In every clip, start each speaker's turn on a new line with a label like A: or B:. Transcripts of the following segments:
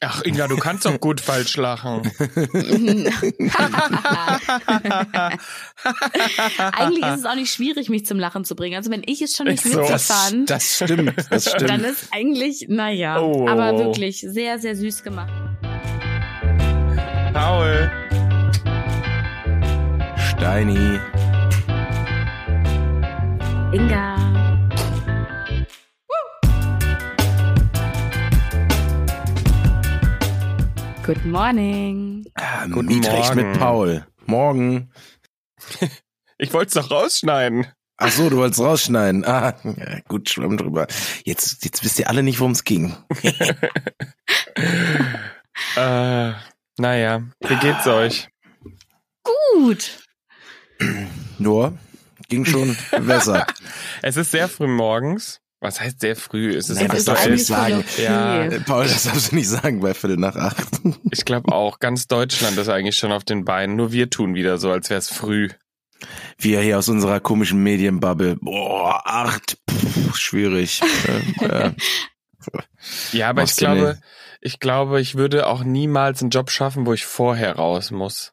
A: Ach, Inga, du kannst doch gut falsch lachen.
B: Eigentlich ist es auch nicht schwierig, mich zum Lachen zu bringen. Also wenn ich es schon nicht
A: Ist so.
B: witzig
A: Das-
B: fand,
C: Das stimmt, das stimmt.
B: dann ist eigentlich, naja,
A: Oh.
B: aber wirklich sehr, sehr süß gemacht.
A: Paul.
C: Steini.
B: Inga. Good morning.
C: Ah,
A: Guten
C: Mietrecht
A: Morgen.
C: mit Paul. Morgen.
A: Ich wollte es doch rausschneiden.
C: Ach so, du wolltest rausschneiden. Ah, ja, gut, schwamm drüber. Jetzt, jetzt wisst ihr alle nicht, worum es ging.
A: Äh, naja, wie geht's euch?
B: Gut.
C: Nur, ging schon besser.
A: Es ist sehr früh morgens. Was heißt sehr früh? Es ist
C: Nein, das
A: einfach
C: darfst du
A: elf.
C: nicht sagen.
B: voll
A: Ja.
C: Äh, Paul, das darfst du nicht sagen bei Viertel nach acht.
A: Ich glaube auch, ganz Deutschland ist eigentlich schon auf den Beinen. Nur wir tun wieder so, als wäre es früh.
C: Wir hier aus unserer komischen Medienbubble. Boah, acht. Puh, schwierig. Äh, äh,
A: Ja, aber ich
C: Machst du
A: glaube,
C: nicht.
A: ich glaube, ich würde auch niemals einen Job schaffen, wo ich vorher raus muss.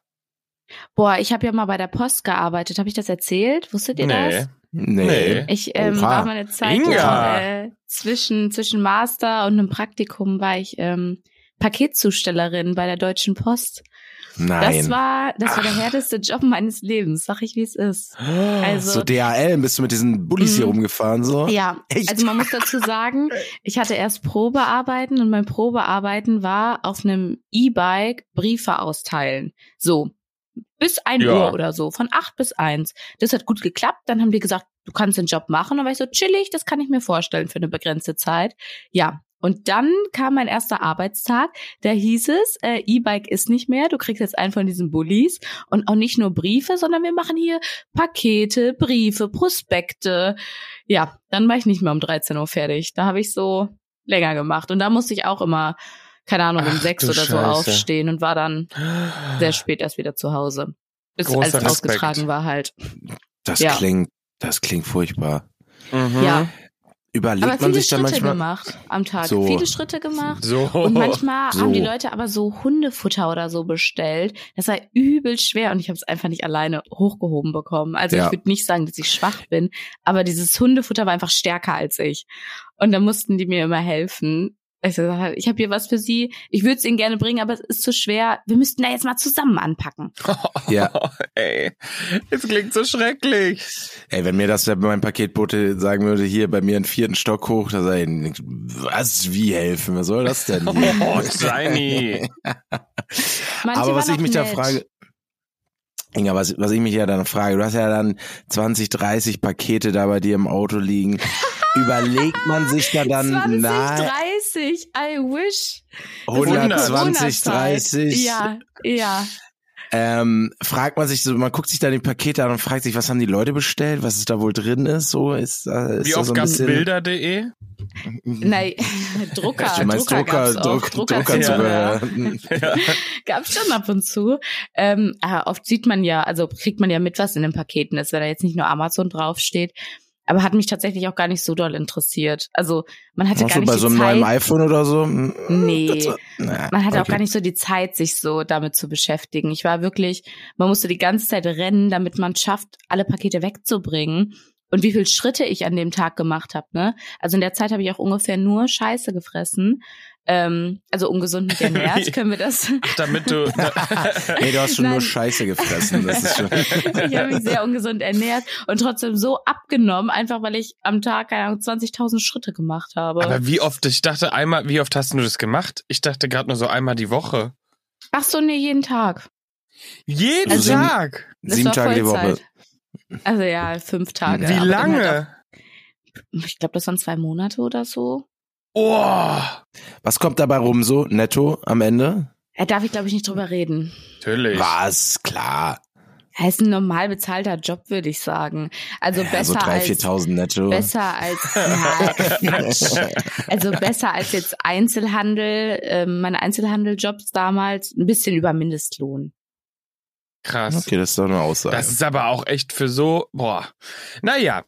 B: Boah, ich habe ja mal bei der Post gearbeitet. Habe ich das erzählt? Wusstet ihr das?
C: nee.
A: Nee.
B: Ich ähm,
C: Oha.
B: war mal eine Zeit
A: Inga.
B: lang, äh, zwischen, zwischen Master und einem Praktikum war ich ähm, Paketzustellerin bei der Deutschen Post.
C: Nein.
B: Das war, das war der härteste Job meines Lebens, sag ich, wie es ist. Also,
C: so DHL, bist du mit diesen Bullis hier
B: Mhm.
C: rumgefahren, so?
B: ja,
C: Echt?
B: also man muss dazu sagen, ich hatte erst Probearbeiten und mein Probearbeiten war auf einem E-Bike Briefe austeilen. So. Bis ein
A: Ja.
B: Uhr oder so, von acht bis eins. Das hat gut geklappt. Dann haben die gesagt, du kannst den Job machen. Und war ich so chillig, das kann ich mir vorstellen für eine begrenzte Zeit. Ja. Und dann kam mein erster Arbeitstag. Da hieß es, äh, E-Bike ist nicht mehr. Du kriegst jetzt einen von diesen Bullies und auch nicht nur Briefe, sondern wir machen hier Pakete, Briefe, Prospekte. Ja, dann war ich nicht mehr um 13 Uhr fertig. Da habe ich so länger gemacht. Und da musste ich auch immer, keine Ahnung, um
A: Ach,
B: sechs
A: du
B: oder so
A: Scheiße.
B: aufstehen und war dann sehr spät erst wieder zu Hause. Bis
A: Großer
B: alles
A: Respekt.
B: ausgetragen war halt.
C: Das
B: Ja.
C: klingt, das klingt furchtbar.
A: Mhm.
B: Ja,
C: Überlegt
B: aber
C: man
B: viele
C: sich dann
B: Schritte
C: manchmal.
B: gemacht am Tag.
C: So.
B: Viele Schritte gemacht.
A: So.
B: Und manchmal
C: Oh, So.
B: haben die Leute aber so Hundefutter oder so bestellt. Das war übel schwer und ich habe es einfach nicht alleine hochgehoben bekommen. Also
C: Ja.
B: ich würde nicht sagen, dass ich schwach bin, aber dieses Hundefutter war einfach stärker als ich. Und da mussten die mir immer helfen. Also ich habe hier was für sie. Ich würde es ihnen gerne bringen, aber es ist zu schwer. Wir müssten da jetzt mal zusammen anpacken.
C: Ja.
A: Ey, es klingt so schrecklich.
C: Ey, wenn mir das der, mein Paketbote sagen würde, hier bei mir einen vierten Stock hoch, da sei ich, was, wie helfen, was soll das denn?
A: Oh, Shiny.
B: Manche
C: Aber was
B: waren
C: ich
B: auch
C: mich da
B: nett.
C: frage, Inga, was, was ich mich ja dann frage, du hast ja dann 20, 30 Pakete da bei dir im Auto liegen. Überlegt man sich da dann
B: 20,
C: nahe
B: 30, I wish. Das war die
C: 120,
B: Corona-Zeit.
C: 30,
B: Ja, ja.
C: ähm, fragt man sich so, man guckt sich dann die Pakete an und fragt sich, was haben die Leute bestellt, was ist da wohl drin ist, so ist, da- ist
A: Wie
C: da so
A: oft
C: ein
A: gab's
C: bisschen-
A: Bilder.de?
B: Nein, Drucker,
C: Mhm. Du meinst
B: Drucker,
C: Drucker,
B: gab's auch.
C: Druck,
B: Drucker,
C: Drucker zu
B: Drucker
C: hören.
B: gab's schon ab und zu. Ähm, ah, oft sieht man ja, also kriegt man ja mit, was in den Paketen ist, wenn da jetzt nicht nur Amazon draufsteht. Aber hat mich tatsächlich auch gar nicht so doll interessiert. Also man hatte
C: Auch
B: gar
C: so
B: nicht
C: bei
B: die
C: so einem
B: Zeit.
C: neuen iPhone oder so? Hm,
B: Nee.
C: das war- na,
B: man hatte auch
C: okay.
B: gar nicht so die Zeit, sich so damit zu beschäftigen. Ich war wirklich, man musste die ganze Zeit rennen, damit man schafft, alle Pakete wegzubringen. Und wie viele Schritte ich an dem Tag gemacht habe, ne? Also in der Zeit habe ich auch ungefähr nur Scheiße gefressen. Ähm, also ungesund mit ernährt, können wir das?
A: Damit du.
C: Nee, du hast schon nur
B: Nein.
C: Scheiße gefressen. Das ist schon.
B: ich habe mich sehr ungesund ernährt und trotzdem so abgenommen, einfach weil ich am Tag, keine Ahnung, 20.000 Schritte gemacht habe.
A: Aber wie oft? Ich dachte einmal, wie oft hast du das gemacht? Ich dachte gerade nur so einmal die Woche.
B: Ach so, nee, jeden Tag.
A: Jeden
C: Also-
A: Tag.
B: Das
C: Sieben
B: war
C: Tage die Woche.
B: Vollzeit. Also ja, fünf Tage.
A: Wie
B: aber dann halt auch-
A: lange?
B: Ich glaube, das waren zwei Monate oder so.
A: Oh,
C: Was kommt dabei rum so netto am Ende?
B: Da Äh, darf ich, glaube ich, nicht drüber reden.
A: natürlich.
C: Was? Klar.
B: Er ist ein normal bezahlter Job, würde ich sagen. Also
C: Ja,
B: besser
C: so 3.000,
B: als
C: 4.000 netto.
B: besser als na, Quatsch. also besser als jetzt Einzelhandel, ähm, meine Einzelhandeljobs damals ein bisschen über Mindestlohn.
A: Krass.
C: Okay, das ist doch eine Aussage.
A: Das ist aber auch echt für so, boah. Naja,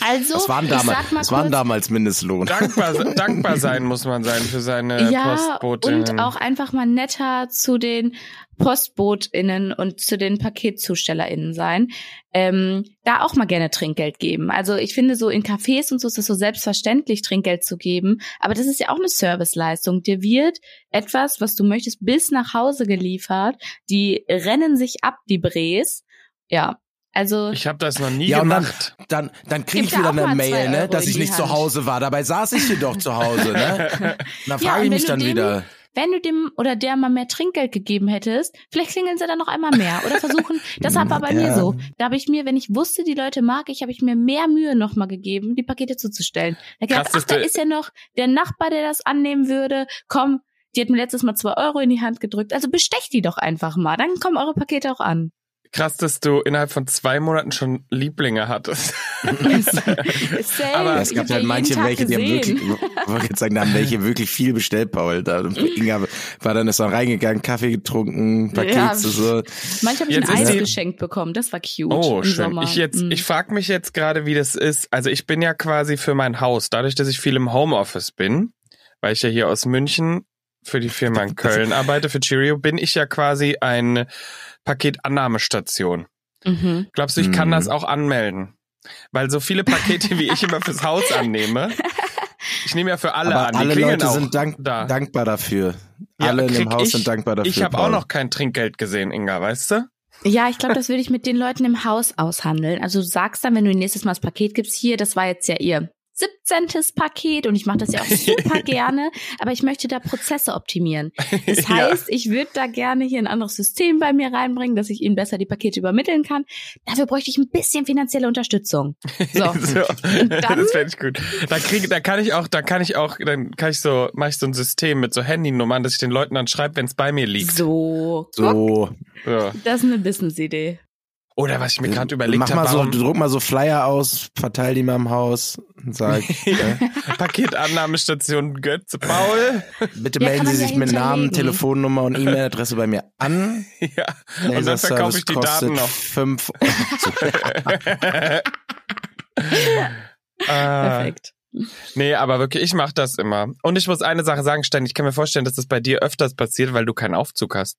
B: Also,
C: Was waren
B: ich sag
C: damals,
B: mal
C: was waren
B: kurz,
C: damals Mindestlohn?
A: Dankbar, dankbar sein muss man sein für seine
B: ja,
A: Postbotin.
B: und auch einfach mal netter zu den PostbotInnen und zu den PaketzustellerInnen sein. Ähm, da auch mal gerne Trinkgeld geben. Also ich finde so in Cafés und so ist es so selbstverständlich, Trinkgeld zu geben. Aber das ist ja auch eine Serviceleistung. Dir wird etwas, was du möchtest, bis nach Hause geliefert. Die rennen sich ab, die Brees. Ja, also
A: Ich habe das noch nie
C: Ja, und dann-
A: gemacht.
C: Dann, dann krieg
B: Gibt
C: ich
B: ja
C: wieder
B: auch mal
C: eine
B: zwei
C: Mail, ne,
B: Euro
C: dass
B: in
C: ich
B: die
C: nicht zu
B: Hand.
C: Hause war. Dabei saß ich hier doch zu Hause. Ne? Da
B: und
C: frage ich
B: wenn
C: mich
B: du
C: dann
B: dem-
C: wieder.
B: wenn du dem oder der mal mehr Trinkgeld gegeben hättest, vielleicht klingeln sie dann noch einmal mehr oder versuchen, das war bei mir
C: Ja.
B: so. Da habe ich mir, wenn ich wusste, die Leute mag ich, habe ich mir mehr Mühe nochmal gegeben, die Pakete zuzustellen. Da hab ich gedacht, ach, da
A: Krasseste-
B: ist ja noch der Nachbar, der das annehmen würde. Komm, die hat mir letztes Mal zwei Euro in die Hand gedrückt. Also bestech die doch einfach mal. Dann kommen eure Pakete auch an.
A: Krass, dass du innerhalb von zwei Monaten schon Lieblinge hattest.
B: Safe.
A: Aber-
C: Ja,
A: Ja,
C: es
B: Ah, Ich
C: gab
B: hab
C: halt
B: ja
C: manche,
B: jeden Tag
C: welche, die haben
B: gesehen.
C: wirklich, ich wollte jetzt sagen, da haben welche wirklich viel bestellt, Paul. Da Inga war dann ist dann reingegangen, Kaffee getrunken, Paket
B: Ja.
C: zu so.
B: Manche habe ich ein
A: Jetzt ist
B: Eis
A: die-
B: geschenkt bekommen. Das war cute.
A: Oh,
B: im
A: schön.
B: Sommer.
A: Ich jetzt,
C: Mhm.
B: Mm.
A: ich frage mich jetzt gerade, wie das ist. Also ich bin ja quasi für mein Haus, dadurch, dass ich viel im Homeoffice bin, weil ich ja hier aus München für die Firma in Köln arbeite, für Cheerio, bin ich ja quasi eine Paketannahmestation.
B: mhm.
A: Glaubst du, ich kann
C: Mhm.
A: das auch anmelden? Weil so viele Pakete, wie ich immer fürs Haus annehme, ich nehme ja für alle
C: Aber
A: an. Die
C: alle
A: klingeln
C: Leute
A: auch
C: sind dank,
A: da.
C: dankbar dafür.
A: Ja,
C: alle in dem
A: krieg
C: Haus
A: ich-
C: sind dankbar dafür.
A: ich habe auch
C: Paul.
A: noch kein Trinkgeld gesehen, Inga, weißt du?
B: Ja, ich glaube, das würde ich mit den Leuten im Haus aushandeln. Also du sagst dann, wenn du nächstes Mal das Paket gibst, hier, das war jetzt ja ihr 17. Paket und ich mache das ja auch super gerne, aber ich möchte da Prozesse optimieren. Das
A: Ja.
B: heißt, ich würde da gerne hier ein anderes System bei mir reinbringen, dass ich ihnen besser die Pakete übermitteln kann. Dafür bräuchte ich ein bisschen finanzielle Unterstützung. So.
A: So.
B: dann?
A: Das fände ich gut. Da krieg, da kann ich auch, da kann ich auch, dann kann ich so, mache ich so ein System mit so Handynummern, dass ich den Leuten dann schreibe, wenn es bei mir liegt.
B: So. Guck,
C: so.
A: So.
B: Das ist eine Business-Idee.
A: Oder was ich mir gerade überlegt
C: Äh, Mach mal
A: habe,
C: so,
A: warum
C: druck mal so Flyer aus, verteil die mal im Haus und sag, äh,
A: Paketannahmestation Götze Paul.
C: bitte
B: Ja,
C: melden
B: kann man
C: Sie
B: ja
C: sich mit Namen,
B: hinterlegen.
C: Telefonnummer und E-Mail-Adresse bei mir an.
A: ja. Und dann verkaufe ich die Daten noch.
C: Fünf Euro. Ah.
A: Äh,
B: Perfekt.
A: nee, aber wirklich, ich mache das immer. Und ich muss eine Sache sagen, Stein, ich kann mir vorstellen, dass das bei dir öfters passiert, weil du keinen Aufzug hast.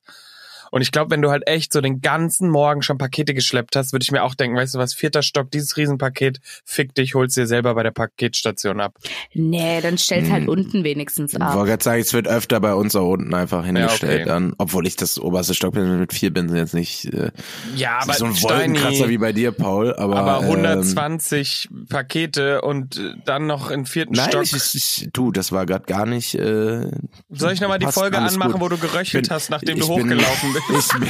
A: Und ich glaube, wenn du halt echt so den ganzen Morgen schon Pakete geschleppt hast, würde ich mir auch denken, weißt du was, vierter Stock, dieses Riesenpaket, fick dich, holst dir selber bei der Paketstation ab.
B: Nee, dann stellt halt
C: Hm.
B: unten wenigstens
C: Ich
B: ab.
C: wollte gerade sagen, es wird öfter bei uns auch unten einfach hingestellt
A: okay.
C: dann. Obwohl ich das oberste Stockwerk mit vier bin, sind jetzt nicht äh,
A: Ja, aber
C: so ein
A: Steini,
C: Wolkenkratzer wie bei dir, Paul. Aber,
A: aber
C: Ähm,
A: 120 Pakete und äh, dann noch in vierten
C: nein,
A: Stock.
C: ich, ich, ich, du, das war gerade gar nicht. Äh,
A: Soll ich nochmal die
C: passt
A: Folge
C: alles
A: anmachen,
C: gut.
A: wo du geröchelt
C: Bin-
A: hast, nachdem
C: ich
A: du
C: bin-
A: hochgelaufen bist?
C: Ich bin,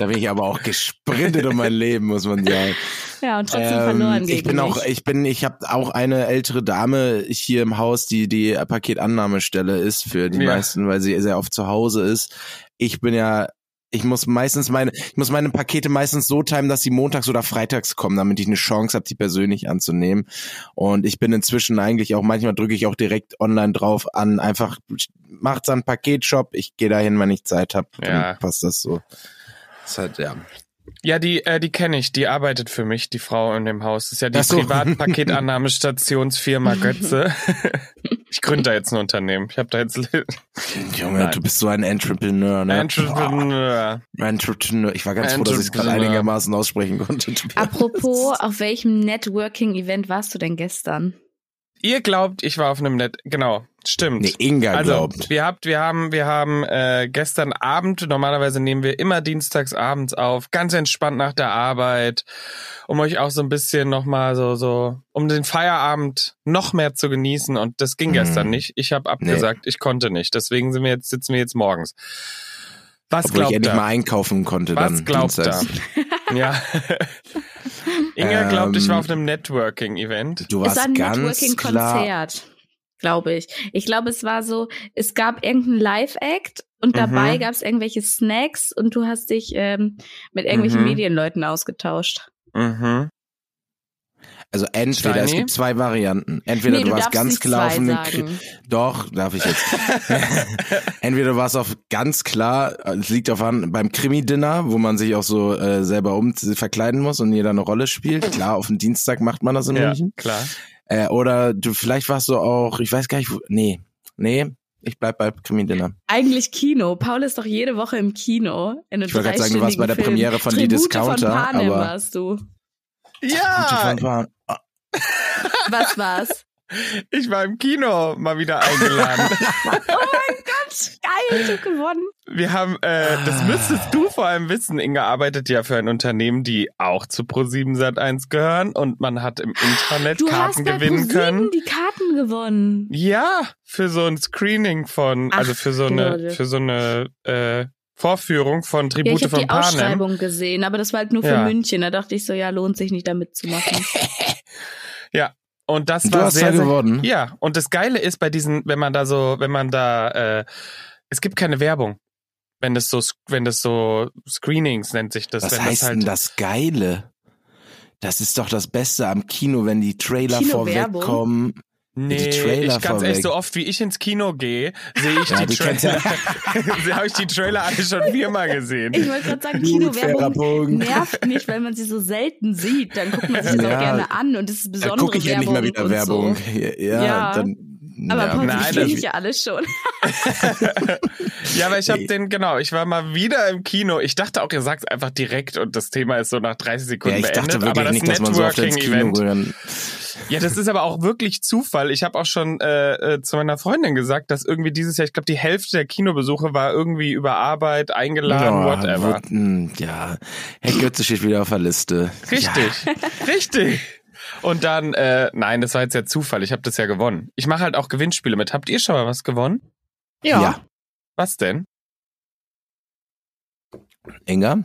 C: da bin ich aber auch gesprintet um mein Leben, muss man sagen.
B: Ja, und trotzdem
C: Ähm,
B: verloren gegen
C: ich bin auch,
B: mich.
C: ich bin, ich habe auch eine ältere Dame hier im Haus, die die Paketannahmestelle ist für die
A: Ja.
C: meisten, weil sie sehr oft zu Hause ist. Ich bin ja, ich muss meistens meine, ich muss meine Pakete meistens so timen, dass sie montags oder freitags kommen, damit ich eine Chance habe, die persönlich anzunehmen. Und ich bin inzwischen eigentlich auch, manchmal drücke ich auch direkt online drauf an, einfach macht's an Paketshop, ich gehe dahin, wenn ich Zeit habe.
A: Ja.
C: Passt das so. Das ist halt, ja.
A: Ja, die, äh, die kenne ich, die arbeitet für mich, die Frau in dem Haus. Das ist ja die
C: Ach so.
A: Privatpaketannahmestationsfirma Götze. ich gründe da jetzt ein Unternehmen. Ich habe da jetzt
C: Junge,
A: Nein.
C: du bist so ein Entrepreneur, ne? Boah.
A: Entrepreneur.
C: Entrepreneur. Ich war ganz froh, dass ich es gerade
A: Entrepreneur.
C: einigermaßen aussprechen konnte.
B: Apropos, auf welchem Networking-Event warst du denn gestern?
A: Ihr glaubt, ich war auf einem Net. Genau, stimmt.
C: Nee, Inga
A: also,
C: glaubt.
A: wir habt, wir haben, wir haben äh, gestern Abend, normalerweise nehmen wir immer dienstags abends auf, ganz entspannt nach der Arbeit, um euch auch so ein bisschen nochmal so, so, um den Feierabend noch mehr zu genießen. Und das ging
C: Mhm.
A: gestern nicht. Ich habe abgesagt, ich konnte nicht. Deswegen sind wir jetzt, sitzen wir jetzt morgens. Was
C: Obwohl ich
A: glaubt
C: endlich mal
A: ihr?
C: einkaufen konnte
A: Was
C: dann.
A: glaubt
C: dienstags.
A: ihr? ja. Inga glaubt, ich
C: Ähm,
A: war auf einem Networking-Event.
C: Du warst
B: es war ein
C: ganz klar.
B: Networking-Konzert, glaube ich. Ich glaube, es war so, es gab irgendeinen Live-Act und dabei
A: Mhm.
B: gab es irgendwelche Snacks und du hast dich ähm, mit irgendwelchen
A: Mhm.
B: Medienleuten ausgetauscht.
A: Mhm.
C: Also entweder, es
A: Steini?
C: gibt zwei Varianten. Entweder
B: Nee,
C: du
B: du
C: warst
B: darfst
C: ganz
B: nicht
C: klar auf
B: zwei
C: einen
B: sagen.
C: Kri- Doch, darf ich jetzt. Entweder du warst auf ganz klar, äh, es liegt auf an, beim Krimi-Dinner, wo man sich auch so äh, selber um verkleiden muss und jeder eine Rolle spielt. Klar, auf den Dienstag macht man das in
A: Ja,
C: München.
A: klar.
C: Äh, oder du, vielleicht warst du auch, ich weiß gar nicht, wo, nee, nee, ich bleib bei Krimi-Dinner.
B: Eigentlich Kino. Paul ist doch jede Woche im Kino. In einem
C: Ich wollte gerade sagen, du warst bei der
B: dreistündigen
C: Premiere von
B: Film.
C: Die
B: Tribute
C: Discounter,
B: von Panem
C: aber-
B: warst du.
A: Ja,
B: Was war's?
A: ich war im Kino mal wieder eingeladen.
B: Geil, ich hab gewonnen.
A: Wir haben, äh,
B: Ah.
A: das müsstest du vor allem wissen, Inge arbeitet ja für ein Unternehmen, die auch zu Pro7 Sat1 gehören und man hat im Intranet
B: Du hast
A: Karten
B: bei
A: gewinnen
B: ProSieben
A: können.
B: die Karten gewonnen.
A: Ja, für so ein Screening von,
B: Ach,
A: also für so eine,
B: Leute.
A: für so eine äh, Vorführung von
B: Ja,
A: Tribute
B: ich habe
A: von
B: die
A: Panem.
B: Ausschreibung gesehen, aber das war halt nur für
A: Ja.
B: München. Da dachte ich so, ja, lohnt sich nicht, da mitzumachen.
A: Und das
C: Du
A: war
C: hast
A: sehr,
C: da
A: sehr
C: gewonnen.
A: Ja, und das Geile ist bei diesen, wenn man da so, wenn man da, äh, es gibt keine Werbung. Wenn das so, wenn das so Screenings nennt sich das. halt
C: Was
A: wenn
C: heißt
A: das
C: denn das Geile? Das ist doch das Beste am Kino, wenn die Trailer
B: Kinowerbung?
C: vorwegkommen.
A: Nee,
C: Trailer
A: ich ganz ehrlich,
C: vorweg.
A: so oft wie ich ins Kino gehe, sehe ich
C: Ja,
A: die
C: die kennst du.
A: Trailer. habe ich die Trailer alle schon viermal gesehen.
B: Ich wollte gerade sagen,
C: Gut, fairer
B: Kinowerbung
C: Punkt.
B: nervt mich, weil man sie so selten sieht. Dann guckt man sich das
C: Ja.
B: auch gerne an und das ist
C: Dann
B: besondere
C: gucke ich
B: Werbung
C: endlich mal wieder
B: und
C: Werbung.
B: So.
C: Ja, ja,
B: Ja.
C: dann.
B: Aber
C: ja,
B: Paul,
A: nein,
B: die
A: das-
B: kenne ich ja alles schon.
A: ja, aber ich habe
C: Nee.
A: den, genau, ich war mal wieder im Kino. Ich dachte auch, ihr sagt einfach direkt und das Thema ist so nach 30
C: ja,
A: Sekunden
C: ich dachte
A: beendet. Aber
C: wirklich
A: das
C: nicht, dass man so oft ins Kino
A: Networking-Event.
C: rühren.
A: ja, das ist aber auch wirklich Zufall. Ich habe auch schon äh, äh, zu meiner Freundin gesagt, dass irgendwie dieses Jahr, ich glaube, die Hälfte der Kinobesuche war irgendwie über Arbeit, eingeladen, whatever.
C: wird- mh, hm, ja, Herr Götze steht wieder auf der Liste.
A: Richtig, richtig. Und dann, äh, nein, das war jetzt ja Zufall. Ich habe das ja gewonnen. Ich mache halt auch Gewinnspiele mit. Habt ihr schon mal was gewonnen?
C: Ja.
B: ja.
C: ja.
A: Was denn?
C: Inga?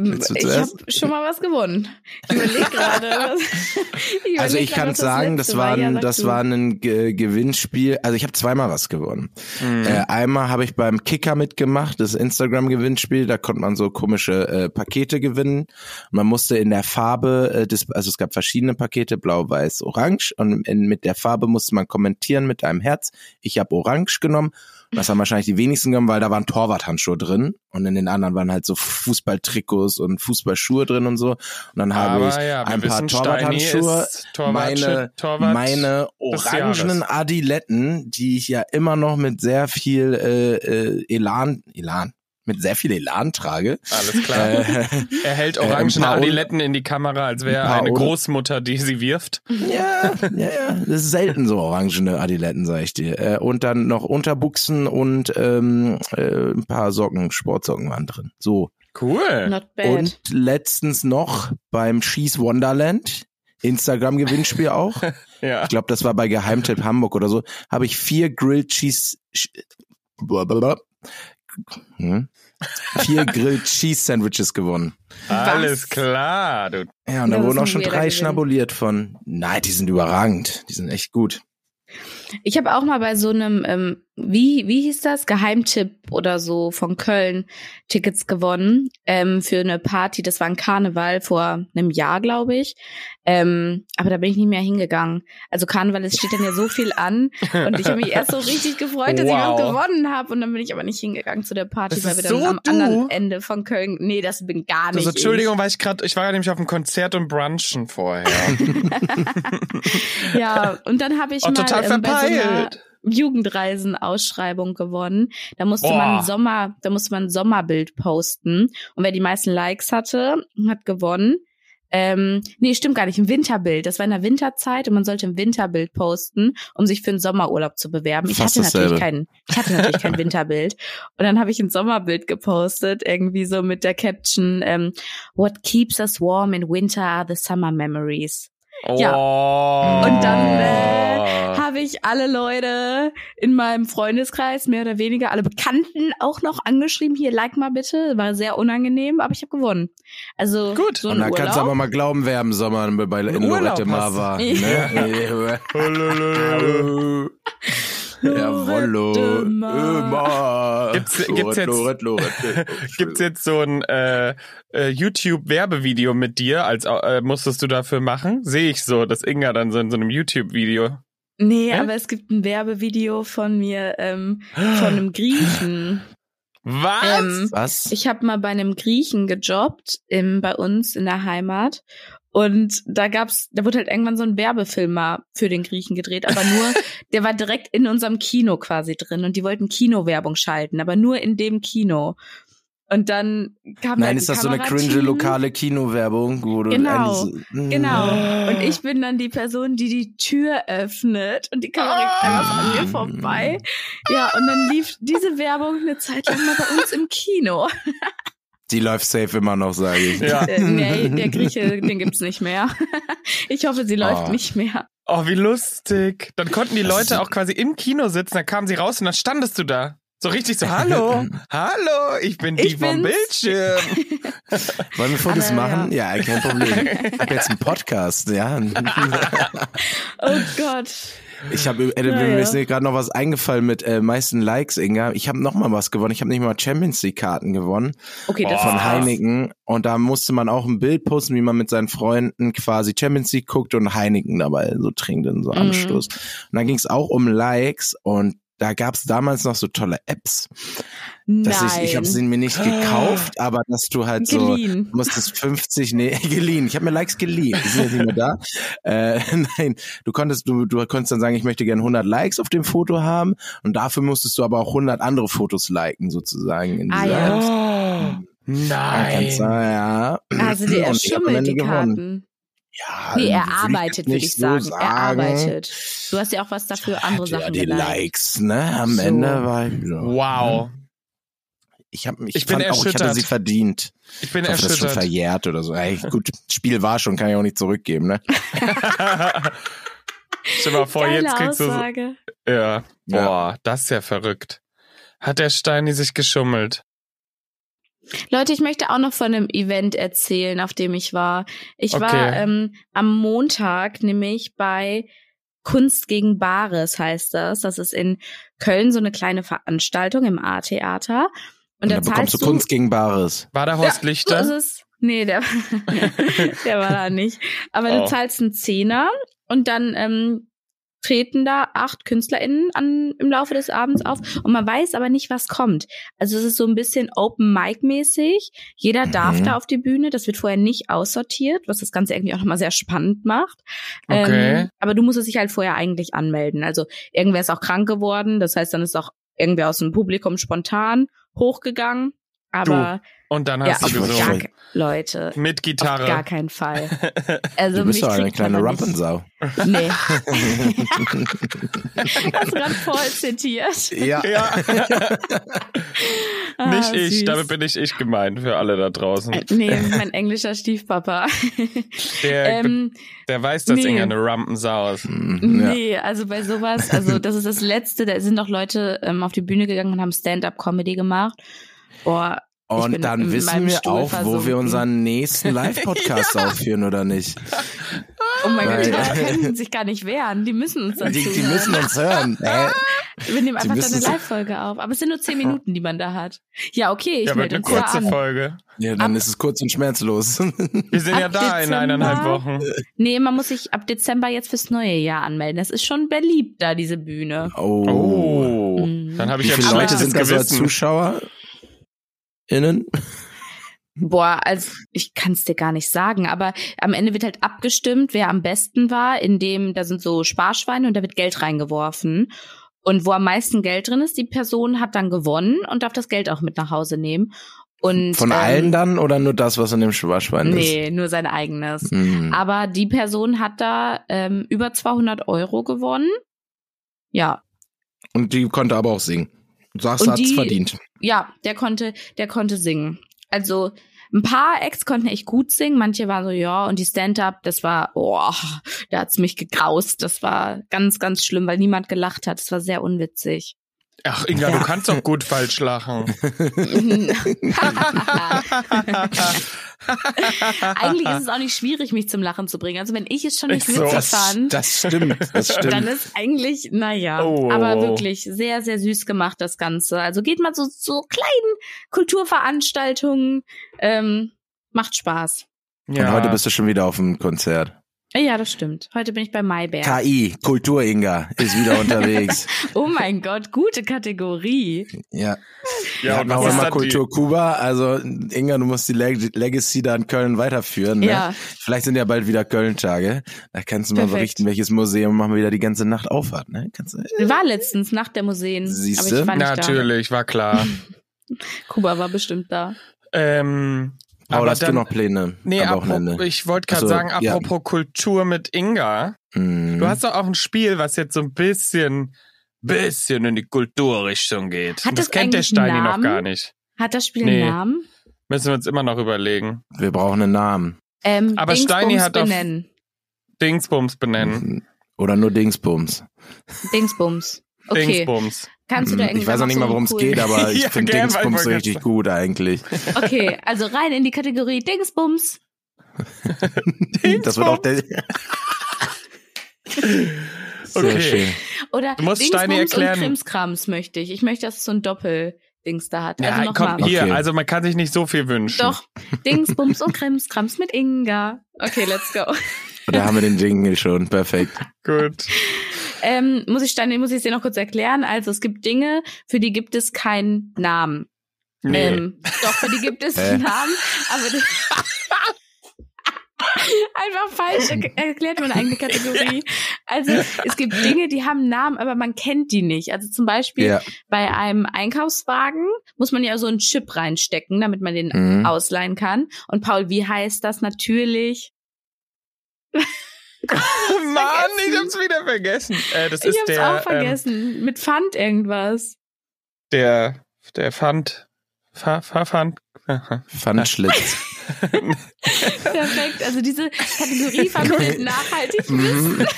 C: Willst du
B: Ich
C: zuerst?
B: habe schon mal was gewonnen. Ich überlege gerade. was- überleg
C: Also ich
B: grad,
C: kann
B: was
C: sagen, das
B: letzte
C: war
B: Ja,
C: ein,
B: sag
C: das
B: du.
C: war ein Ge- Gewinnspiel. Also ich habe zweimal was gewonnen.
A: Hm.
C: Äh, einmal habe ich beim Kicker mitgemacht, das Instagram-Gewinnspiel. Da konnte man so komische äh, Pakete gewinnen. Man musste in der Farbe, äh, des, also es gab verschiedene Pakete, blau, weiß, orange. Und in, mit der Farbe musste man kommentieren mit einem Herz. Ich habe orange genommen. Das haben wahrscheinlich die wenigsten genommen, weil da waren Torwarthandschuhe drin. Und in den anderen waren halt so Fußballtrikots und Fußballschuhe drin und so. Und dann habe
A: Aber
C: ich
A: ja, wir
C: ein paar
A: wissen, Steini
C: Torwarthandschuhe,
A: ist Torwart,
C: meine, äh,
A: Torwart.
C: meine
A: des
C: orangenen
A: Jahres.
C: Adiletten, die ich ja immer noch mit sehr viel äh, äh, Elan, Elan, mit sehr viel Elan trage.
A: Alles klar.
C: Äh,
A: er hält
C: äh, ein
A: orangene
C: paar
A: Adiletten in die Kamera, als wäre
C: ein
A: er
C: paar
A: eine
C: Ol-
A: Großmutter, die sie wirft.
C: ja, ja, ja, das ist selten so orangene Adiletten, sag ich dir. Äh, und dann noch Unterbuchsen und ähm, äh, ein paar Socken, Sportsocken waren drin. So.
A: Cool.
B: Not bad.
C: Und letztens noch beim Schieß Wonderland, Instagram-Gewinnspiel auch.
A: ja.
C: ich glaube, das war bei Geheimtipp Hamburg oder so, habe ich vier Grilled Cheese. Sch- blablabla. Hm? Vier Grilled Cheese Sandwiches gewonnen.
A: Alles klar. Du.
C: Ja,
B: Das
C: und da
B: ist
C: wurden
B: ein
C: auch schon
B: weirder
C: drei
B: Gewinn.
C: schnabuliert von. Nein, die sind überragend. Die sind echt gut.
B: Ich habe auch mal bei so einem, ähm, wie, wie hieß das? Geheimtipp oder so von Köln Tickets gewonnen ähm, für eine Party. Das war ein Karneval vor einem Jahr, glaube ich. Ähm, aber da bin ich nicht mehr hingegangen. Also Karneval, es steht dann ja so viel an. Und ich habe mich erst so richtig gefreut, dass ich
A: Wow.
B: was gewonnen habe. Und dann bin ich aber nicht hingegangen zu der Party,
A: Das
B: weil wir
A: ist
B: dann
A: so
B: am
A: du?
B: anderen Ende von Köln. Nee, das bin gar nicht.
A: Also,
B: ich.
A: Entschuldigung, weil ich gerade, ich war nämlich auf einem Konzert und brunchen vorher.
B: Ja, und dann habe ich
A: Oh,
B: mal
A: total
B: ähm, bei so einer
A: verpeilt.
B: Jugendreisen-Ausschreibung gewonnen. Da musste man
A: Boah.
B: ein Sommer, da musste man ein Sommerbild posten. Und wer die meisten Likes hatte, hat gewonnen. Ähm, nee, stimmt gar nicht. Ein Winterbild. Das war in der Winterzeit und man sollte ein Winterbild posten, um sich für einen Sommerurlaub zu bewerben. Ich
C: Fast
B: hatte natürlich
C: dasselbe.
B: keinen, ich hatte natürlich kein Winterbild. Und dann habe ich ein Sommerbild gepostet, irgendwie so mit der Caption ähm, What keeps us warm in winter are the summer memories. Ja.
A: Oh.
B: Und dann, äh, habe ich alle Leute in meinem Freundeskreis, mehr oder weniger, alle Bekannten auch noch angeschrieben, hier, like mal bitte, war sehr unangenehm, aber ich habe gewonnen. Also
A: Gut.
B: so
C: Und
B: ein
C: da kannst du aber
B: Urlaub.
C: mal glauben, wer im Sommer bei in
A: Urlaub
C: Lorette Mar
A: hast du.
C: war. Ne?
A: Halleluja.
C: Jawollo.
B: Lorette Mar.
C: Äh, Immer.
A: Gibt's,
C: Loret,
A: gibt's jetzt,
C: Loret, Loret, Loret.
A: gibt's jetzt so ein äh, äh, YouTube-Werbevideo mit dir? Als äh, musstest du dafür machen? Sehe ich so, dass Inga dann so in so einem YouTube-Video.
B: Nee,
A: Hä?
B: aber es gibt ein Werbevideo von mir, ähm, von einem Griechen.
A: Was?
B: Ähm,
C: Was?
B: ich habe mal bei einem Griechen gejobbt, im, bei uns in der Heimat. Und da gab's, da wurde halt irgendwann so ein Werbefilm mal für den Griechen gedreht, aber nur, der war direkt in unserem Kino quasi drin und die wollten Kinowerbung schalten, aber nur in dem Kino. Und dann kam
C: Nein,
B: halt
C: ist
B: ein
C: das so eine
B: Kamerateam.
C: cringe lokale Kinowerbung, wo du also,
B: Genau,
C: eigentlich so- Ah.
B: Genau. Und ich bin dann die Person, die die Tür öffnet und die Kamera
C: Ah.
B: geht einfach an mir vorbei. Ja, und dann lief diese Werbung eine Zeit lang mal bei uns im Kino.
C: Die läuft safe immer noch, sage ich.
A: Ja.
B: Äh, nee, der Grieche, den gibt's nicht mehr. Ich hoffe, sie läuft
C: Ah.
B: nicht mehr.
A: Oh, wie lustig. Dann konnten die
B: Also
C: Das
A: Leute
C: ist-
A: auch quasi im Kino sitzen, dann kamen sie raus und dann standest du da. So richtig so, hallo, hallo, ich bin die
B: Ähm. Ich
A: vom
B: bin's.
A: Bildschirm.
C: Wollen wir Fotos
B: Aber,
C: machen? Ja, kein Problem. Ich habe jetzt einen Podcast, ja.
B: Oh Gott.
C: Ich habe, äh,
B: Naja.
C: mir ist gerade noch was eingefallen mit äh, meisten Likes, Inga. Ich habe noch mal was gewonnen. Ich habe nicht mal Champions League Karten gewonnen
B: Okay,
A: Boah.
B: das
C: Ah. von
B: ist krass.
C: Heineken und da musste man auch ein Bild posten, wie man mit seinen Freunden quasi Champions League guckt und Heineken dabei so trinkt in so
B: Mhm.
C: Anstoß. Und dann ging es auch um Likes und da gab es damals noch so tolle Apps, dass
B: Nein.
C: ich ich habe sie mir nicht gekauft, aber dass du halt so
B: Geliehen.
C: Du musstest 50, nee, geliehen. Ich habe mir Likes geliehen. Die sind jetzt nicht mehr da. Äh, nein, du konntest, du, du konntest dann sagen, ich möchte gerne 100 Likes auf dem Foto haben und dafür musstest du aber auch 100 andere Fotos liken sozusagen. In
B: Ah,
C: dieser
B: ja.
A: Oh,
C: Ja, kannst du-
A: nein.
C: ja.
B: Also der
C: Und ich hab am
B: erschummelt
C: Ende
B: die
C: gewonnen.
B: Karten.
C: Ja,
B: Nee,
C: würd
B: er
C: ich jetzt
B: arbeitet, würde
C: nicht
B: ich
C: so
B: sagen. Er arbeitet. Du hast ja auch was dafür andere
C: Hatte ja
B: Sachen
C: die
B: geliked.
C: Likes, ne? Am
B: So.
C: Ende war ich so, ne?
A: Wow.
C: Ich, hab, ich,
A: Ich bin
C: fand auch, ich hatte
A: erschüttert.
C: sie verdient.
A: Ich bin
C: Ich hoffe, das ist schon
A: erschüttert.
C: verjährt oder so. Ey, gut, Spiel war schon, kann ich auch nicht zurückgeben, ne?
A: Stell mal vor,
B: Geile
A: jetzt kriegst du so.
B: Aussage.
A: Ja.
C: Ja.
A: Boah, das ist ja verrückt. Hat der Steini sich geschummelt?
B: Leute, ich möchte auch noch von einem Event erzählen, auf dem ich war. Ich
A: Okay.
B: war ähm, am Montag nämlich bei Kunst gegen Bares heißt das. Das ist in Köln so eine kleine Veranstaltung im A-Theater. Und,
C: Und,
B: da
C: dann bekommst
B: zahlst
C: du Kunst gegen Bares.
A: War da Horst
B: So ist
A: Lichter?
B: es. Nee, der, der war da nicht. Aber
A: Oh.
B: du zahlst einen Zehner und dann ähm, treten da acht KünstlerInnen an, im Laufe des Abends auf und man weiß aber nicht, was kommt. Also es ist so ein bisschen Open-Mic-mäßig. Jeder darf
C: Mhm.
B: da auf die Bühne. Das wird vorher nicht aussortiert, was das Ganze irgendwie auch nochmal sehr spannend macht.
A: Okay.
B: Ähm, aber du musstest dich halt vorher eigentlich anmelden. Also irgendwer ist auch krank geworden. Das heißt, dann ist auch irgendwer aus dem Publikum spontan hochgegangen. Aber
A: Und dann
B: ja,
A: hast
B: auf
A: du
C: aber
B: gar,
A: gesungen.
C: ja.
B: ke- Leute,
A: Mit
B: auf gar
A: Gitarre.
B: keinen Fall. Also
C: Du
B: mich
C: bist doch eine
B: kriegt man
C: kleine
B: da nicht.
C: Rampensau.
B: Nee. das Rad voll zitiert.
C: ja.
A: Ja,
B: Ah,
A: nicht ich.
B: süß.
A: Damit bin ich ich gemeint für alle da draußen.
B: Äh, Nee, mein englischer Stiefpapa.
A: Der,
B: ähm,
A: der weiß, dass
B: nee.
A: Inga eine Rampensau ist.
C: Mhm, ja.
B: Nee, also bei sowas, also das ist das Letzte, da sind doch Leute ähm, auf die Bühne gegangen und haben Stand-up-Comedy gemacht. Boah, Ich bin
C: Und
B: in
C: dann wissen
B: meinem
C: wir
B: Stuhl
C: auch, wo
B: versunken.
C: wir unseren nächsten Live-Podcast aufführen oder nicht.
B: oh mein Gott, die
C: Weil-
B: Leute können sich gar nicht wehren. Die müssen uns das
C: Die, die
B: zuhören.
C: müssen uns hören. Hä?
B: Wir nehmen einfach dann
C: müssen
B: eine
C: so-
B: Live-Folge auf. Aber es sind nur zehn Minuten, die man da hat. Ja, okay, ich
A: Ja, wird
B: melde
A: eine
B: uns da
A: kurze
B: an.
A: Folge.
C: Ja, dann ist es kurz und schmerzlos.
A: Wir sind
B: Ab
A: ja da in
B: Dezember.
A: eineinhalb Wochen.
B: Nee, man muss sich ab Dezember jetzt fürs neue Jahr anmelden. Das ist schon beliebt da, diese Bühne.
C: Oh.
A: Oh,
B: Mhm.
A: dann habe ich
C: Wie
A: ja
C: viele
B: Aber-
C: Leute sind da so als
A: Gewissen.
C: Zuschauer? Innen?
B: Boah, also ich kann es dir gar nicht sagen, aber am Ende wird halt abgestimmt, wer am besten war, indem da sind so Sparschweine und da wird Geld reingeworfen. Und wo am meisten Geld drin ist, die Person hat dann gewonnen und darf das Geld auch mit nach Hause nehmen. Und
C: Von
B: ähm,
C: allen dann oder nur das, was in dem Schwaschwein ist?
B: Nee, nur sein eigenes.
C: Hm.
B: Aber die Person hat da ähm, über 200 Euro gewonnen. Ja,
C: Und die konnte aber auch singen. Du sagst,
B: Und
C: hat's
B: die-
C: verdient.
B: ja, der konnte, der konnte singen. Also ein paar Acts konnten echt gut singen, manche waren so, ja, und die Stand-up, das war, oh, da hat's mich gegraust. Das war ganz, ganz schlimm, weil niemand gelacht hat. Das war sehr unwitzig.
A: Ach, Inga, du kannst doch gut falsch lachen.
B: Hahaha. Eigentlich ist es auch nicht schwierig, mich zum Lachen zu bringen. Also wenn ich es schon nicht
A: Ist so.
B: witzig
A: Das-
B: fand,
C: Das stimmt, das stimmt.
B: dann ist eigentlich, naja,
A: Oh, oh,
B: aber
A: oh.
B: wirklich sehr, sehr süß gemacht, das Ganze. Also geht mal zu so kleinen Kulturveranstaltungen, ähm, macht Spaß.
C: Und heute bist du schon wieder auf dem Konzert.
B: Ja, das stimmt. Heute bin ich bei Maiberg.
C: KI, Kultur Inga, ist wieder unterwegs.
B: Oh mein Gott, gute Kategorie.
C: ja.
A: ja,
C: Wir
A: und
C: hatten auch
A: was ist
C: immer
A: dann die-
C: Kultur Kuba. Also Inga, du musst die Leg Legacy da in Köln weiterführen. Ne?
B: Ja.
C: Vielleicht sind ja bald wieder Köln-Tage. Da kannst du mal
B: Perfekt.
C: berichten, welches Museum machen wir wieder die ganze Nacht aufhat. Ne? Kannst du,
B: War letztens Nacht der Museen.
C: Siehste?
B: Aber ich war nicht
A: Natürlich, war klar.
B: da. Kuba war bestimmt da.
A: ähm,
C: Paul,
A: aber
C: hast
A: dann-
C: du noch Pläne
A: Nee,
C: am
A: apropos,
C: Wochenende?
A: ich wollte gerade
C: Ach so,
A: sagen,
C: ja.
A: apropos Kultur mit Inga.
C: Mhm.
A: Du hast doch auch ein Spiel, was jetzt so ein bisschen, bisschen in die Kulturrichtung geht.
B: Hat
A: Und das,
B: das
A: kennt der
B: eigentlich
A: Steini
B: einen
A: noch
B: Namen?
A: gar nicht.
B: Hat das Spiel
A: Nee.
B: einen Namen?
A: Müssen wir uns immer noch überlegen.
C: wir brauchen einen Namen.
B: Ähm,
A: Aber Steini
B: Dingsbums
A: hat auf-
B: benennen.
A: Dingsbums
C: Mhm.
A: benennen.
C: Oder nur Dingsbums.
B: Dingsbums. Okay.
A: Dingsbums.
B: Kannst du da
C: Mhm.
B: irgendwie
C: ich weiß noch nicht mal, worum es geht, aber ich
A: Ja,
C: finde
A: gell, weil ich
C: Dingsbums
A: wollte
C: richtig
A: gerade
C: gut eigentlich.
B: Okay, also rein in die Kategorie Dingsbums.
C: Das wird auch der. Sehr
A: Okay.
C: schön.
B: Oder
A: Du musst
B: Dingsbums
A: Steini erklären.
B: und Krimskrams möchte ich. Ich möchte, dass es so ein Doppeldings da hat. Also
A: ja, komm,
B: nochmal.
A: hier,
C: Okay.
A: also man kann sich nicht so viel wünschen.
B: Doch, Dingsbums und Krimskrams mit Inga. Okay, let's go.
C: Da haben wir den Jingle schon. Perfekt.
A: Gut.
B: Ähm, muss ich Steini, muss ich es dir noch kurz erklären? Also es gibt Dinge, für die gibt es keinen Namen.
A: Nee.
B: Ähm, doch, für die gibt es
C: Hä?
B: einen Namen, aber das Einfach falsch er- erklärt meine eigene Kategorie. Also es gibt Dinge, die haben Namen, aber man kennt die nicht. Also zum Beispiel
C: Ja.
B: bei einem Einkaufswagen muss man ja so einen Chip reinstecken, damit man den
C: Mhm.
B: ausleihen kann. Und Paul, wie heißt das natürlich?
A: Mann, ich
B: vergessen.
A: hab's wieder vergessen. Äh, das
B: ich
A: ist
B: hab's
A: der,
B: auch vergessen. Mit Pfand irgendwas.
A: Ähm, der, der Pfand, Fa- Fa- Pfand.
C: Pfandschlitz.
B: Perfekt. Also diese Kategorie vermittelt nachhaltig.
C: Mhm.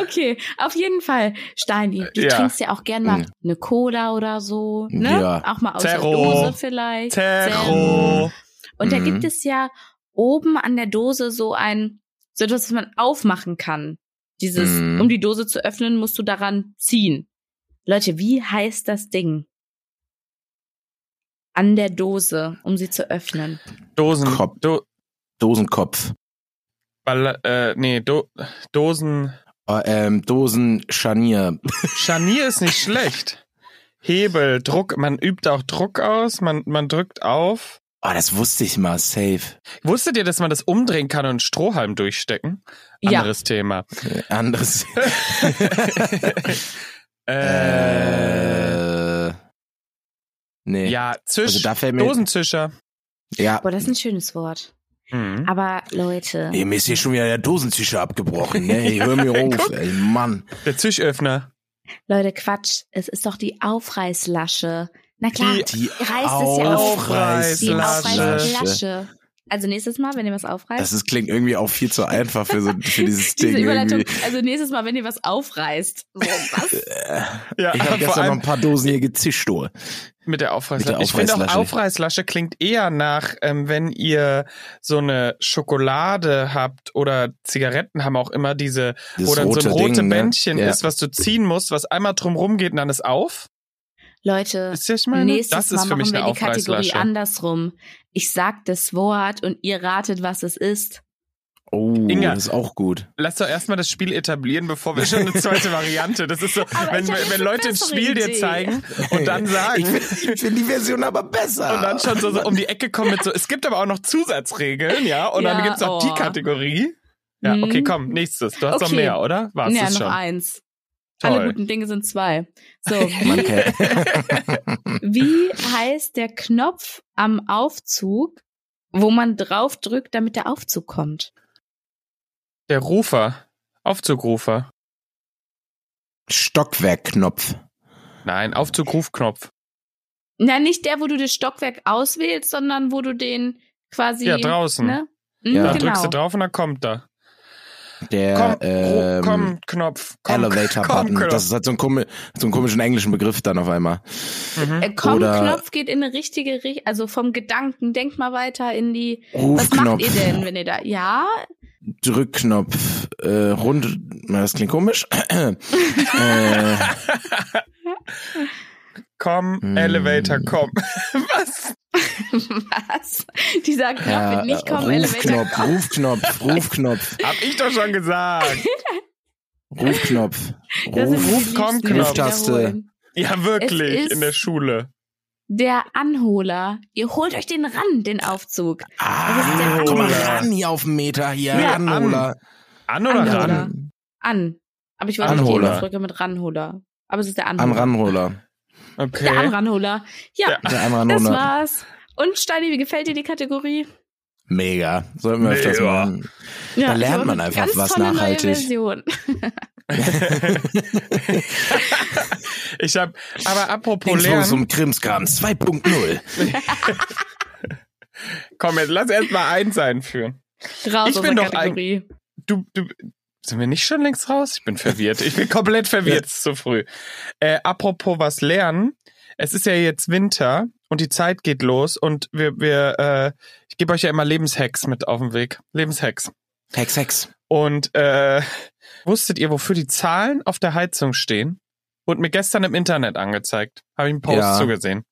B: Okay, auf jeden Fall. Steini, du
A: Ja.
B: trinkst ja auch gern mal
C: Mhm.
B: eine Cola oder so, ne?
C: Ja.
B: Auch mal aus
A: Zero.
B: der Dose vielleicht.
A: Terro.
B: Und da
C: Mhm.
B: gibt es ja oben an der Dose so ein, so etwas, was man aufmachen kann. Dieses,
C: Mhm.
B: um die Dose zu öffnen, musst du daran ziehen. Leute, wie heißt das Ding? An der Dose, um sie zu öffnen.
A: Dosen.
C: Kopf.
A: Do,
C: Dosenkopf.
A: Ball, äh, nee, Do, Dosen.
C: Oh, ähm, Dosenscharnier.
A: Scharnier ist nicht schlecht. Hebel, Druck, man übt auch Druck aus, man, man drückt auf.
C: Oh, das wusste ich mal. Safe.
A: Wusstet ihr, dass man das umdrehen kann und einen Strohhalm durchstecken?
B: Ja.
A: Anderes Thema.
C: Äh, Anderes.
A: Äh,
C: äh, nee.
A: ja,
C: Also
A: Zisch,
C: da fällt mir.
A: Dosenzischer.
C: Ja.
B: Boah, das ist ein schönes Wort.
A: Mhm.
B: Aber Leute.
C: Ey, mir ist hier schon wieder der Dosenzischer abgebrochen. Ne? Ich hör mir auf, ey, Mann.
A: Der Zischöffner.
B: Leute, Quatsch. Es ist doch die Aufreißlasche. Na klar,
A: Die
C: Die
B: Reißt es ja auf. die
A: Aufreißlasche.
B: Aufreißlasche. Also nächstes Mal, wenn ihr was aufreißt.
C: Das ist, klingt irgendwie auch viel zu einfach für, so, für dieses
B: diese
C: Ding.
B: Überleitung.
C: Irgendwie.
B: Also nächstes Mal, wenn ihr was aufreißt. So, was?
A: Ja,
C: Ich habe
A: vor
C: gestern noch
A: allem
C: ein paar Dosen hier gezischt, oh. du.
A: mit der Aufreißlasche.
C: mit der
A: Ich finde auch
C: Aufreißlasche.
A: Aufreißlasche klingt eher nach, ähm, wenn ihr so eine Schokolade habt oder Zigaretten haben auch immer diese,
C: Dieses
A: wo dann so ein
C: rote
A: rote
C: Ding, ne?
A: Bändchen
C: Ja.
A: ist, was du ziehen musst, was einmal drum rumgeht und dann ist auf.
B: Leute,
A: Ist das meine?
B: nächstes
A: ne, das ist
B: Mal
A: für mich
B: machen wir
A: eine
B: die Kategorie
A: Aufreißlasche.
B: andersrum. Ich sag das Wort und ihr ratet, was es ist.
C: Oh,
A: Inga.
C: das ist auch gut.
A: Lass doch erstmal das Spiel etablieren, bevor wir schon eine zweite Variante. Das ist so,
B: Aber
A: wenn,
B: ich hab jetzt
A: wenn
B: eine
A: Leute das
B: bessere
A: Spiel dir
B: Idee.
A: zeigen und dann sagen.
C: Ich finde find die Version aber besser.
A: Ah, Und dann schon so, so um die Ecke kommen mit so, es gibt aber auch noch Zusatzregeln, ja, und dann
B: Ja,
A: gibt's auch die
B: oh.
A: Kategorie. Ja,
B: Mhm.
A: okay, komm, nächstes. Du hast noch
B: Okay.
A: mehr, oder? War's
B: ja,
A: das
B: noch
A: schon?
B: eins. Alle
A: Toll.
B: guten Dinge sind zwei. So, wie
C: Man kennt-
B: Wie heißt der Knopf am Aufzug, wo man drauf drückt, damit der Aufzug kommt?
A: Der Rufer. Aufzugrufer.
C: Stockwerkknopf.
A: Nein, Aufzugrufknopf.
B: Na, nicht der, wo du das Stockwerk auswählst, sondern wo du den quasi.
A: Ja, draußen.
B: Ne? Mhm,
C: Ja.
A: Da
B: genau.
A: drückst du drauf und dann kommt da.
C: Der
A: Komm,
C: ähm,
A: komm, Knopf. Komm,
C: Elevator-Button.
A: Komm,
C: Das ist halt so ein, komisch, so einen komischen englischen Begriff dann auf einmal.
A: Mhm.
B: Äh, komm,
C: Oder-
B: Knopf geht in eine richtige Richtung, also vom Gedanken, denk mal weiter in die, was macht ihr
C: Rufknopf,
B: denn, wenn ihr da, ja,
C: Drückknopf, äh, rund, na, das klingt komisch. äh,
A: Komm,
C: Hm.
A: Elevator, komm. Was?
B: was? Dieser Knopf
C: ja,
B: wird nicht kommen, Elevator.
C: Rufknopf, Rufknopf, Rufknopf,
A: Hab ich doch schon gesagt.
C: Rufknopf,
B: Das sind die
C: Ruf,
B: liebsten
A: komm,
B: Knöpfe
C: Knopf-Taste.
B: wiederholen.
A: Ja, wirklich,
B: ist-
A: in der Schule.
B: Der Anholer. Ihr holt euch den ran, den Aufzug. ist der
C: Ah, guck mal
A: Anholer.
C: ran hier auf den Meter hier.
A: Ja,
C: ran,
A: an.
C: Ola.
A: An oder
B: Anholer.
A: ran?
C: Ran,
B: An. Aber ich wollte nicht die
C: Anholer.
B: Eselsbrücke mit Ranholer. Aber es ist der
C: an
B: Anholer.
C: Ranroller.
B: Der
A: Okay.
B: Anranholer. Ja,
A: Der-
C: Der
B: das
C: Anranroller.
B: war's. Und Steini, wie gefällt dir die Kategorie?
C: Mega. Sollten wir öfters
A: Mega.
C: machen.
B: Ja,
C: Da
B: ich
C: lernt
B: habe
C: man
B: eine
C: einfach
B: ganz
C: was
B: tolle
C: nachhaltig.
B: Neue Version.
A: Ich hab, aber apropos
C: Linkslos
A: Lernen,
C: um Krimskrams 2.0.
A: komm jetzt, lass erst mal eins einführen.
B: Raus
A: Ich
B: aus
A: bin
B: der
A: doch
B: Kategorie.
A: Du, du, sind wir nicht schon längst raus? Ich bin verwirrt. Ich bin komplett verwirrt. Es ist zu früh. Äh, apropos was lernen. Es ist ja jetzt Winter und die Zeit geht los und wir, wir, äh, ich gebe euch ja immer Lebenshacks mit auf den Weg. Lebenshacks.
C: Hex, Hex.
A: Und äh, wusstet ihr, wofür die Zahlen auf der Heizung stehen? Wurde mir gestern im Internet angezeigt. Habe ich einen Post
C: Ja.
A: zugesehen.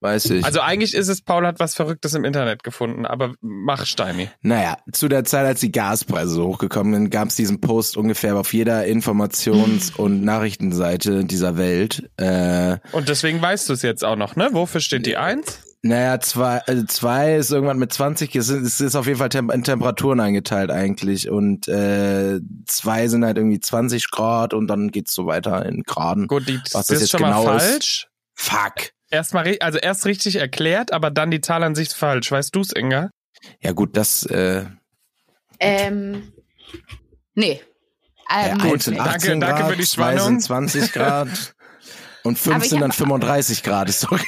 C: Weiß ich.
A: Also eigentlich ist es, Paul hat was Verrücktes im Internet gefunden, aber mach Steini.
C: Naja, zu der Zeit, als die Gaspreise so hochgekommen sind, gab es diesen Post ungefähr auf jeder Informations- und Nachrichtenseite dieser Welt. Äh,
A: Und deswegen weißt du es jetzt auch noch, ne? Wofür steht die Eins?
C: naja, zwei, also zwei ist irgendwann mit 20, es ist, es ist auf jeden Fall Tem in Temperaturen eingeteilt eigentlich. Und äh, zwei sind halt irgendwie 20 Grad und dann geht's so weiter in Graden.
A: Gut, die,
C: Was das
A: das ist
C: jetzt
A: schon mal
C: genau ist?
A: falsch.
C: Fuck.
A: Erstmal, ri- also erst richtig erklärt, aber dann die Zahl an sich falsch. Weißt du's, Inga?
C: Ja gut, das äh,
B: Ähm, nee. Ähm,
C: ja, 1 sind
B: nee.
C: 18
A: Danke- danke
C: Grad,
A: für die
C: zwei
A: Spannung.
C: sind 20 Grad und
B: Aber
C: fünf
B: ich
C: sind dann
B: hab-
C: 35 Grad. Ist doch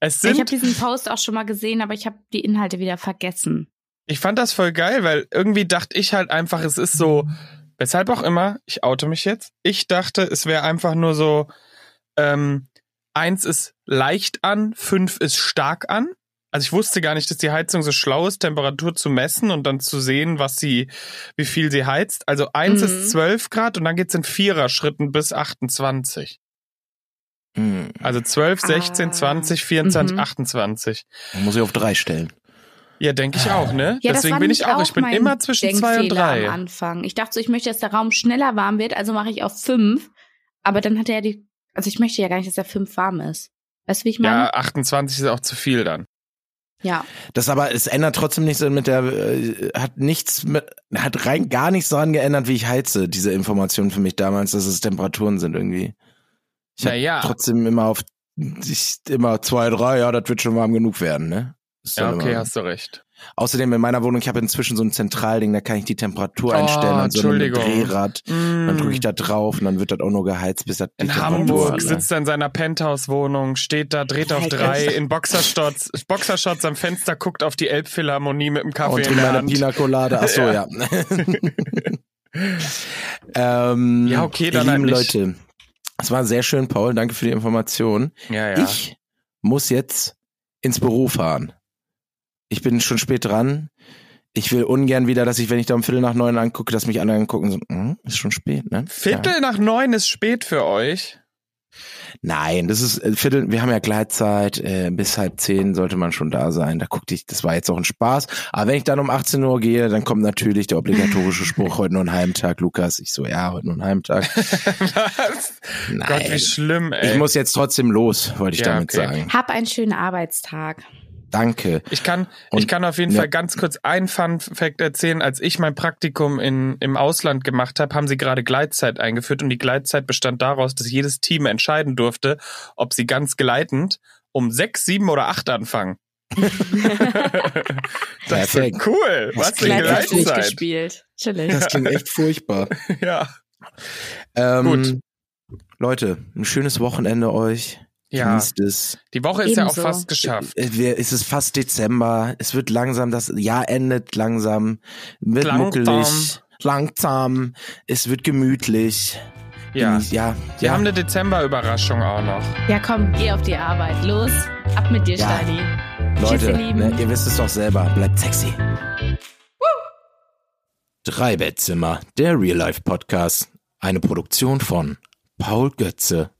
A: Es
B: Ich
A: sind
B: habe diesen Post auch schon mal gesehen, aber ich habe die Inhalte wieder vergessen.
A: Ich fand das voll geil, weil irgendwie dachte ich halt einfach, es ist so,
B: Mhm.
A: weshalb auch immer, ich oute mich jetzt, ich dachte, es wäre einfach nur so, ähm, eins ist leicht an, fünf ist stark an. Also ich wusste gar nicht, dass die Heizung so schlau ist, Temperatur zu messen und dann zu sehen, was sie, wie viel sie heizt. Also eins
B: Mhm.
A: ist 12 Grad und dann geht's in Vierer-Schritten bis 28.
C: Hm,
A: Also 12, 16,
B: Ah.
A: 20, 24,
B: Mhm.
A: 28.
C: muss ich auf drei stellen.
A: Ja, denke ich auch, ne?
B: Ja, das
A: Deswegen
B: war
A: bin ich
B: nämlich
A: auch, ich bin
B: mein
A: immer zwischen zwei und
B: Denkfehler
A: drei.
B: Am Anfang. Ich dachte so, ich möchte, dass der Raum schneller warm wird, also mache ich auf fünf. Aber dann hat er ja die, also ich möchte ja gar nicht, dass er fünf warm ist. Weißt du, wie ich meine?
A: Ja, 28 ist auch zu viel dann.
B: Ja.
C: Das aber, es ändert trotzdem nichts mit der, äh, hat nichts mit, hat rein gar nichts daran geändert, wie ich heize, diese Information für mich damals, dass es Temperaturen sind irgendwie. Ich hab
A: Naja.
C: trotzdem immer auf, ich, immer zwei, drei, ja, das wird schon warm genug werden, ne? Ist
A: Ja,
C: dann
A: okay,
C: immer-
A: hast du recht.
C: Außerdem in meiner Wohnung, ich habe inzwischen so ein Zentralding, da kann ich die Temperatur
A: Oh,
C: einstellen an so einem
A: Entschuldigung. Hm.
C: Drehrad. Dann drücke ich da drauf und dann wird das auch nur geheizt, bis das die
A: Mm. in
C: Temperatur
A: Hamburg
C: hat, ne?
A: sitzt er in seiner Penthouse-Wohnung, steht da, dreht
C: Halt
A: auf
B: Alter.
A: drei, in Boxershorts, Boxershorts am Fenster, guckt auf die Elbphilharmonie mit dem Kaffee
C: und
A: in
C: trinke
A: der
C: meine
A: Hand.
C: Pina Colada. Ach so, ja. ähm,
A: Ja, okay, dann
C: ihr
A: halt
C: lieben
A: nicht.
C: Leute, es war sehr schön, Paul. Danke für die Information.
A: Ja, ja.
C: Ich muss jetzt ins Büro fahren. Ich bin schon spät dran. Ich will ungern wieder, dass ich, wenn ich da um Viertel nach neun angucke, dass mich alle angucken so, hm, ist schon spät, ne?
A: Viertel
C: Ja.
A: nach neun ist spät für euch.
C: Nein, das ist äh, Viertel, wir haben ja Gleitzeit, äh, bis halb zehn sollte man schon da sein. Da guckte ich, das war jetzt auch ein Spaß. Aber wenn ich dann um 18 Uhr gehe, dann kommt natürlich der obligatorische Spruch, heute nur ein Heimtag, Lukas. Ich so, ja, heute nur ein Heimtag.
A: Was?
C: Nein.
A: Gott, wie schlimm, ey.
C: ich muss jetzt trotzdem los, wollte ich
A: Ja,
C: damit
A: okay.
C: sagen.
B: Hab einen schönen Arbeitstag.
C: Danke.
A: Ich kann, ich
C: Und-
A: kann auf jeden
C: ja.
A: Fall ganz kurz einen Fun-Fact erzählen. Als ich mein Praktikum in, im Ausland gemacht habe, haben sie gerade Gleitzeit eingeführt und die Gleitzeit bestand daraus, dass jedes Team entscheiden durfte, ob sie ganz gleitend um sechs, sieben oder acht anfangen. das
C: Perfekt.
A: ist cool.
C: Das
A: Was für
C: klingt
A: eine
C: Gleitzeit.
B: Gleichzeitig
A: Gleitzeit.
B: gespielt. Chillig.
C: Das klingt echt furchtbar.
A: Ja.
C: Ähm,
A: Gut.
C: Leute, ein schönes Wochenende euch.
A: ja.
C: Genießt es.
A: Die Woche ist ja auch
B: Ebenso.
A: fast geschafft.
C: Äh, wir- Es ist fast Dezember. Es wird langsam, das Jahr endet langsam. Wird
A: Langsam.
C: muckelig. langsam, es wird gemütlich.
A: Ja.
C: Genieß- ja,
A: Wir
C: ja.
A: haben eine Dezemberüberraschung auch noch.
B: Ja, komm, geh auf die Arbeit. Los, ab mit dir,
C: Ja.
B: Steini.
C: Leute,
B: Tschüss, ihr Lieben.
C: ne, ihr wisst es doch selber. Bleibt sexy. Drei Bettzimmer, der Real Life Podcast. Eine Produktion von Paul Götze